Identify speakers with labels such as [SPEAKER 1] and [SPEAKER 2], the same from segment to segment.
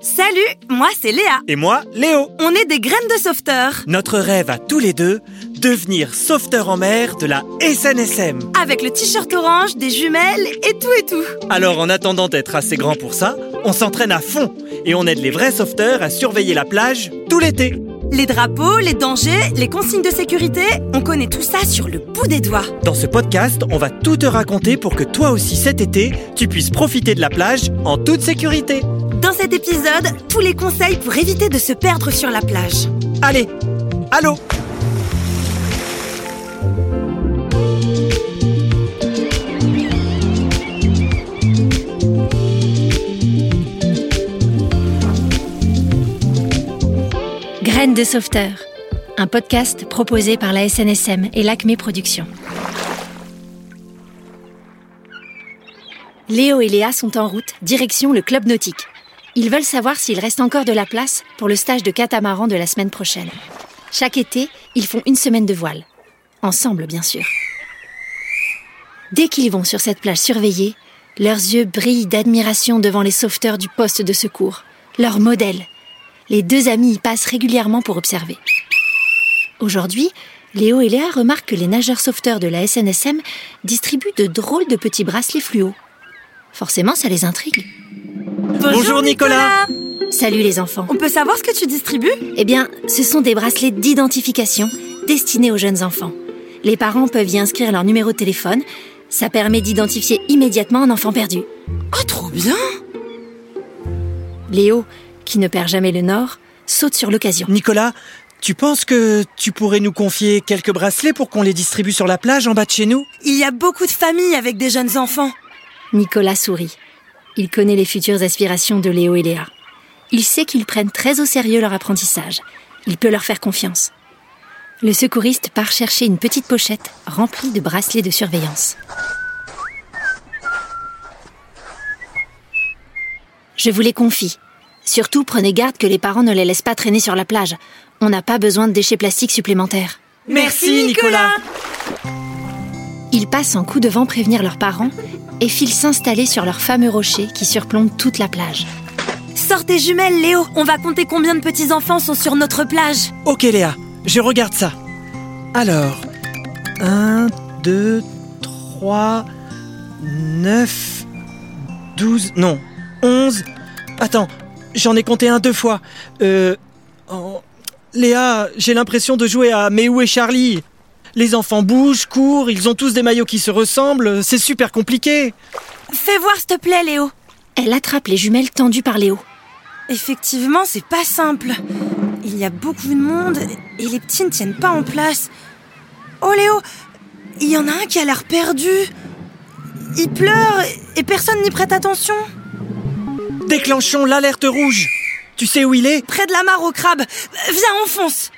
[SPEAKER 1] Salut, moi c'est Léa.
[SPEAKER 2] Et moi, Léo.
[SPEAKER 1] On est des graines de sauveteurs.
[SPEAKER 2] Notre rêve à tous les deux, devenir sauveteur en mer de la SNSM.
[SPEAKER 1] Avec le t-shirt orange, des jumelles et tout et tout.
[SPEAKER 2] Alors en attendant d'être assez grand pour ça, on s'entraîne à fond et on aide les vrais sauveteurs à surveiller la plage tout l'été.
[SPEAKER 1] Les drapeaux, les dangers, les consignes de sécurité, on connaît tout ça sur le bout des doigts.
[SPEAKER 2] Dans ce podcast, on va tout te raconter pour que toi aussi cet été, tu puisses profiter de la plage en toute sécurité.
[SPEAKER 1] Dans cet épisode, tous les conseils pour éviter de se perdre sur la plage.
[SPEAKER 2] Allez, allô
[SPEAKER 3] Graines de sauveteur, un podcast proposé par la SNSM et l'ACME Productions. Léo et Léa sont en route, direction le club nautique. Ils veulent savoir s'il reste encore de la place pour le stage de catamaran de la semaine prochaine. Chaque été, ils font une semaine de voile. Ensemble, bien sûr. Dès qu'ils vont sur cette plage surveillée, leurs yeux brillent d'admiration devant les sauveteurs du poste de secours, leurs modèles. Les deux amis y passent régulièrement pour observer. Aujourd'hui, Léo et Léa remarquent que les nageurs sauveteurs de la SNSM distribuent de drôles de petits bracelets fluo. Forcément, ça les intrigue.
[SPEAKER 2] Bonjour, Nicolas.
[SPEAKER 3] Salut les enfants.
[SPEAKER 1] On peut savoir ce que tu distribues
[SPEAKER 3] Eh bien, ce sont des bracelets d'identification destinés aux jeunes enfants. Les parents peuvent y inscrire leur numéro de téléphone. Ça permet d'identifier immédiatement un enfant perdu.
[SPEAKER 1] Oh, trop bien
[SPEAKER 3] Léo, qui ne perd jamais le nord, saute sur l'occasion.
[SPEAKER 2] Nicolas, tu penses que tu pourrais nous confier quelques bracelets pour qu'on les distribue sur la plage en bas de chez nous
[SPEAKER 1] Il y a beaucoup de familles avec des jeunes enfants.
[SPEAKER 3] Nicolas sourit. Il connaît les futures aspirations de Léo et Léa. Il sait qu'ils prennent très au sérieux leur apprentissage. Il peut leur faire confiance. Le secouriste part chercher une petite pochette remplie de bracelets de surveillance. Je vous les confie. Surtout, prenez garde que les parents ne les laissent pas traîner sur la plage. On n'a pas besoin de déchets plastiques supplémentaires.
[SPEAKER 2] Merci, Nicolas.
[SPEAKER 3] Ils passent en coup de vent prévenir leurs parents et filent s'installer sur leur fameux rocher qui surplombe toute la plage.
[SPEAKER 1] Sors tes jumelles, Léo. On va compter combien de petits-enfants sont sur notre plage.
[SPEAKER 2] Ok Léa, je regarde ça. Alors, 1, 2, 3, 9, 12, non, 11. Attends, j'en ai compté un deux fois. Euh... oh, Léa, j'ai l'impression de jouer à Mais où est Charlie Les enfants bougent, courent, ils ont tous des maillots qui se ressemblent, c'est super compliqué.
[SPEAKER 1] Fais voir, s'il te plaît, Léo.
[SPEAKER 3] Elle attrape les jumelles tendues par Léo.
[SPEAKER 1] Effectivement, c'est pas simple. Il y a beaucoup de monde et les petits ne tiennent pas en place. Oh Léo, il y en a un qui a l'air perdu. Il pleure et personne n'y prête attention.
[SPEAKER 2] Déclenchons l'alerte rouge. Tu sais où il est
[SPEAKER 1] Près de la mare au crabe. Viens, on fonce.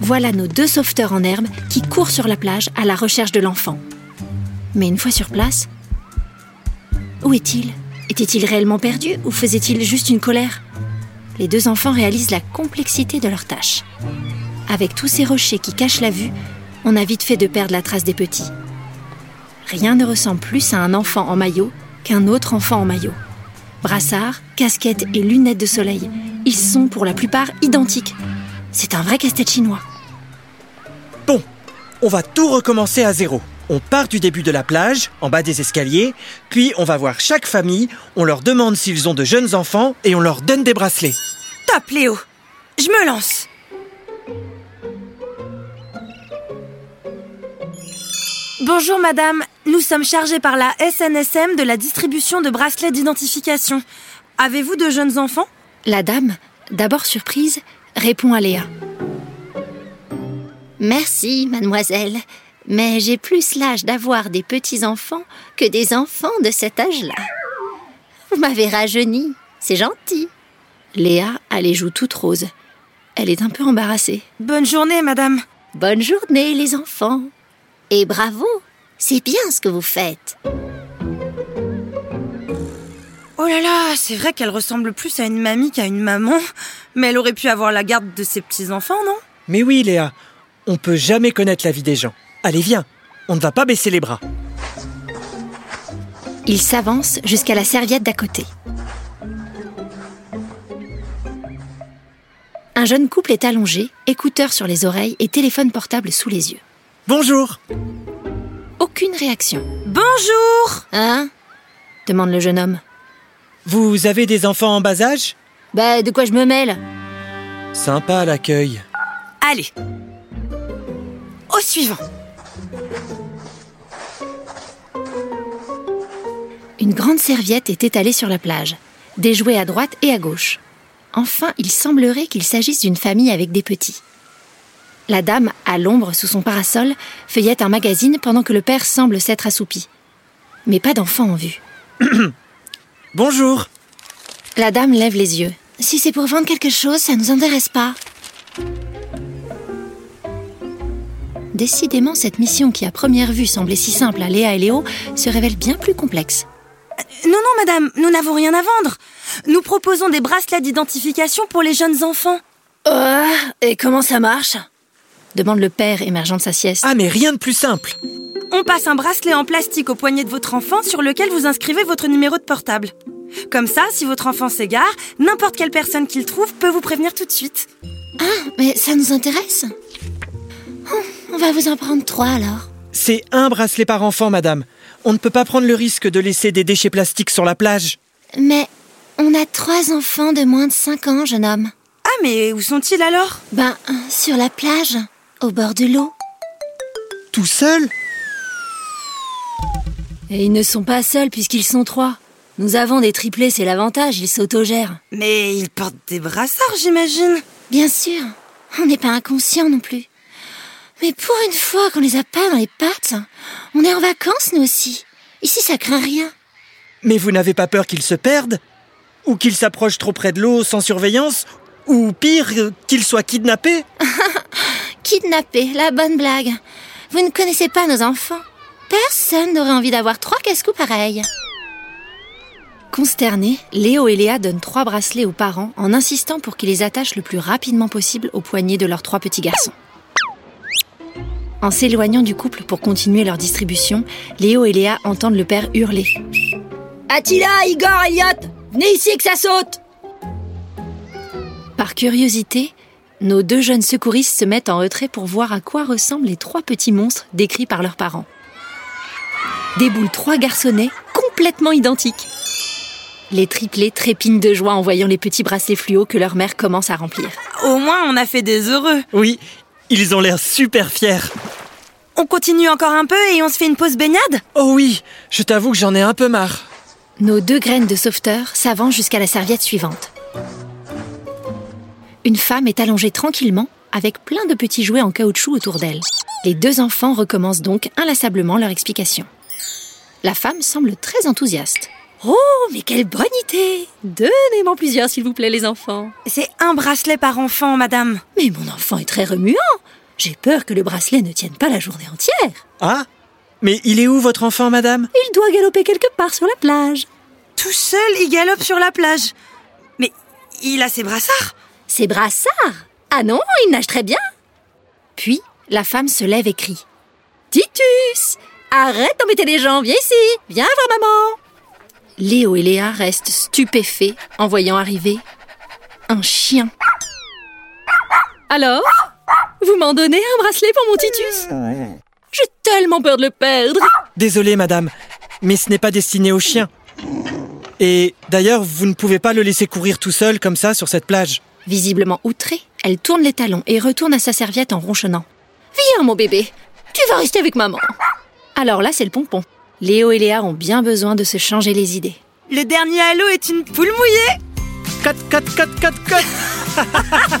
[SPEAKER 3] Voilà nos deux sauveteurs en herbe qui courent sur la plage à la recherche de l'enfant. Mais une fois sur place, où est-il Était-il réellement perdu ou faisait-il juste une colère Les deux enfants réalisent la complexité de leur tâche. Avec tous ces rochers qui cachent la vue, on a vite fait de perdre la trace des petits. Rien ne ressemble plus à un enfant en maillot qu'un autre enfant en maillot. Brassard, casquette et lunettes de soleil, ils sont pour la plupart identiques. C'est un vrai casse-tête chinois.
[SPEAKER 2] Bon, on va tout recommencer à zéro. On part du début de la plage, en bas des escaliers, puis on va voir chaque famille, on leur demande s'ils ont de jeunes enfants et on leur donne des bracelets.
[SPEAKER 1] Top, Léo. Je me lance. Bonjour madame, nous sommes chargés par la SNSM de la distribution de bracelets d'identification. Avez-vous de jeunes enfants
[SPEAKER 3] La dame, d'abord surprise, répond à Léa. Merci, mademoiselle, mais j'ai plus l'âge d'avoir des petits-enfants que des enfants de cet âge-là. Vous m'avez rajeuni, c'est gentil. Léa a les joues toutes roses. Elle est un peu embarrassée.
[SPEAKER 1] Bonne journée madame.
[SPEAKER 3] Bonne journée, les enfants. Et bravo, c'est bien ce que vous faites.
[SPEAKER 1] Oh là là, c'est vrai qu'elle ressemble plus à une mamie qu'à une maman, mais elle aurait pu avoir la garde de ses petits-enfants, non
[SPEAKER 2] Mais oui, Léa, on peut jamais connaître la vie des gens. Allez, viens, on ne va pas baisser les bras.
[SPEAKER 3] Ils s'avancent jusqu'à la serviette d'à côté. Un jeune couple est allongé, écouteurs sur les oreilles et téléphone portable sous les yeux.
[SPEAKER 2] Bonjour
[SPEAKER 3] Aucune réaction.
[SPEAKER 1] Bonjour
[SPEAKER 3] Hein demande le jeune homme.
[SPEAKER 2] Vous avez des enfants en bas âge
[SPEAKER 3] Bah, de quoi je me mêle
[SPEAKER 2] Sympa l'accueil.
[SPEAKER 1] Allez Au suivant
[SPEAKER 3] Une grande serviette est étalée sur la plage, déjouée à droite et à gauche. Enfin, il semblerait qu'il s'agisse d'une famille avec des petits. La dame, à l'ombre sous son parasol, feuillette un magazine pendant que le père semble s'être assoupi. Mais pas d'enfant en vue.
[SPEAKER 2] Bonjour
[SPEAKER 3] La dame lève les yeux. Si c'est pour vendre quelque chose, ça nous intéresse pas. Décidément, cette mission qui à première vue semblait si simple à Léa et Léo se révèle bien plus complexe.
[SPEAKER 1] Non, non, madame, nous n'avons rien à vendre. Nous proposons des bracelets d'identification pour les jeunes enfants.
[SPEAKER 3] Oh, et comment ça marche demande le père émergeant de sa sieste.
[SPEAKER 2] Ah mais rien de plus simple
[SPEAKER 1] On passe un bracelet en plastique au poignet de votre enfant sur lequel vous inscrivez votre numéro de portable. Comme ça, si votre enfant s'égare, n'importe quelle personne qu'il trouve peut vous prévenir tout de suite.
[SPEAKER 3] Ah, mais ça nous intéresse Oh, On va vous en prendre trois alors.
[SPEAKER 2] C'est un bracelet par enfant, madame. On ne peut pas prendre le risque de laisser des déchets plastiques sur la plage.
[SPEAKER 3] Mais on a trois enfants de moins de 5 ans, jeune homme.
[SPEAKER 1] Ah, mais où sont-ils alors
[SPEAKER 3] Ben, sur la plage, au bord de l'eau.
[SPEAKER 2] Tout seul
[SPEAKER 3] Et ils ne sont pas seuls puisqu'ils sont trois. Nous avons des triplés, c'est l'avantage, ils s'autogèrent.
[SPEAKER 1] Mais ils portent des brassards, j'imagine.
[SPEAKER 3] Bien sûr, on n'est pas inconscient non plus. Mais pour une fois qu'on les a pas dans les pattes, on est en vacances nous aussi. Ici ça craint rien.
[SPEAKER 2] Mais vous n'avez pas peur qu'ils se perdent Ou qu'ils s'approchent trop près de l'eau sans surveillance Ou pire, euh, qu'ils soient kidnappés
[SPEAKER 3] Kidnapper, la bonne blague. Vous ne connaissez pas nos enfants. Personne n'aurait envie d'avoir trois casse-cou pareils. Consternés, Léo et Léa donnent trois bracelets aux parents en insistant pour qu'ils les attachent le plus rapidement possible aux poignets de leurs trois petits garçons. En s'éloignant du couple pour continuer leur distribution, Léo et Léa entendent le père hurler. Attila, Igor, Elliot, venez ici que ça saute Par curiosité, nos deux jeunes secouristes se mettent en retrait pour voir à quoi ressemblent les trois petits monstres décrits par leurs parents. Déboulent trois garçonnets complètement identiques. Les triplés trépignent de joie en voyant les petits bracelets fluo que leur mère commence à remplir.
[SPEAKER 1] Au moins, on a fait des heureux.
[SPEAKER 2] Oui, ils ont l'air super fiers.
[SPEAKER 1] On continue encore un peu et on se fait une pause baignade
[SPEAKER 2] Oh oui, je t'avoue que j'en ai un peu marre.
[SPEAKER 3] Nos deux graines de sauveteur s'avancent jusqu'à la serviette suivante. Une femme est allongée tranquillement avec plein de petits jouets en caoutchouc autour d'elle. Les deux enfants recommencent donc inlassablement leur explication. La femme semble très enthousiaste. Oh, mais quelle bonne idée Donnez-moi plusieurs, s'il vous plaît, les enfants.
[SPEAKER 1] C'est un bracelet par enfant, madame.
[SPEAKER 3] Mais mon enfant est très remuant. J'ai peur que le bracelet ne tienne pas la journée entière.
[SPEAKER 2] Ah Mais il est où votre enfant, madame
[SPEAKER 3] Il doit galoper quelque part sur la plage.
[SPEAKER 1] Tout seul, il galope sur la plage. Mais il a ses brassards
[SPEAKER 3] C'est brassard Ah non, il nage très bien Puis, la femme se lève et crie. Titus Arrête d'embêter les gens, viens ici Viens voir maman Léo et Léa restent stupéfaits en voyant arriver un chien. Alors Vous m'en donnez un bracelet pour mon Titus J'ai tellement peur de le perdre
[SPEAKER 2] Désolé, madame, mais ce n'est pas destiné aux chiens. Et d'ailleurs, vous ne pouvez pas le laisser courir tout seul comme ça sur cette plage.
[SPEAKER 3] Visiblement outrée, elle tourne les talons et retourne à sa serviette en ronchonnant. Viens, mon bébé, tu vas rester avec maman. Alors là, c'est le pompon. Léo et Léa ont bien besoin de se changer les idées.
[SPEAKER 1] Le dernier halo est une poule mouillée
[SPEAKER 2] Cut, cut, cut, cut, cut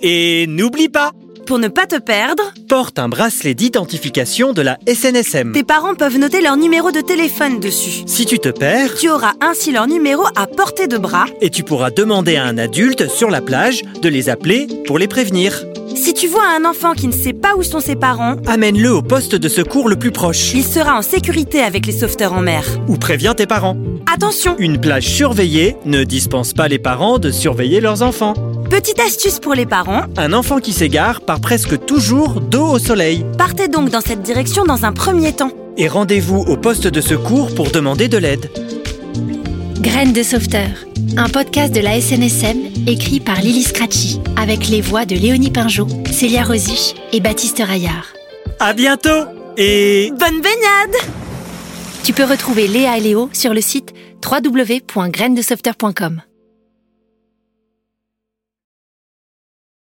[SPEAKER 2] Et n'oublie pas,
[SPEAKER 1] Pour ne pas te perdre,
[SPEAKER 2] porte un bracelet d'identification de la SNSM.
[SPEAKER 1] tes parents peuvent noter leur numéro de téléphone dessus.
[SPEAKER 2] Si tu te perds,
[SPEAKER 1] Tu auras ainsi leur numéro à portée de bras.
[SPEAKER 2] et tu pourras demander à un adulte sur la plage de les appeler pour les prévenir.
[SPEAKER 1] Si tu vois un enfant qui ne sait pas où sont ses parents,
[SPEAKER 2] Amène-le au poste de secours le plus proche
[SPEAKER 1] il sera en sécurité avec les sauveteurs en mer.
[SPEAKER 2] ou préviens tes parents.
[SPEAKER 1] Attention,
[SPEAKER 2] Une plage surveillée ne dispense pas les parents de surveiller leurs enfants.
[SPEAKER 1] Petite astuce pour les parents,
[SPEAKER 2] Un enfant qui s'égare part presque toujours dos au soleil.
[SPEAKER 1] partez donc dans cette direction dans un premier temps.
[SPEAKER 2] Et rendez-vous au poste de secours pour demander de l'aide.
[SPEAKER 3] Graines de sauveteur, un podcast de la SNSM écrit par Lily Scratchy, avec les voix de Léonie Pinjot, Célia Rosich et Baptiste Raillard.
[SPEAKER 2] À bientôt et
[SPEAKER 1] Bonne baignade
[SPEAKER 3] Tu peux retrouver Léa et Léo sur le site www.grainesdesauveteurs.com.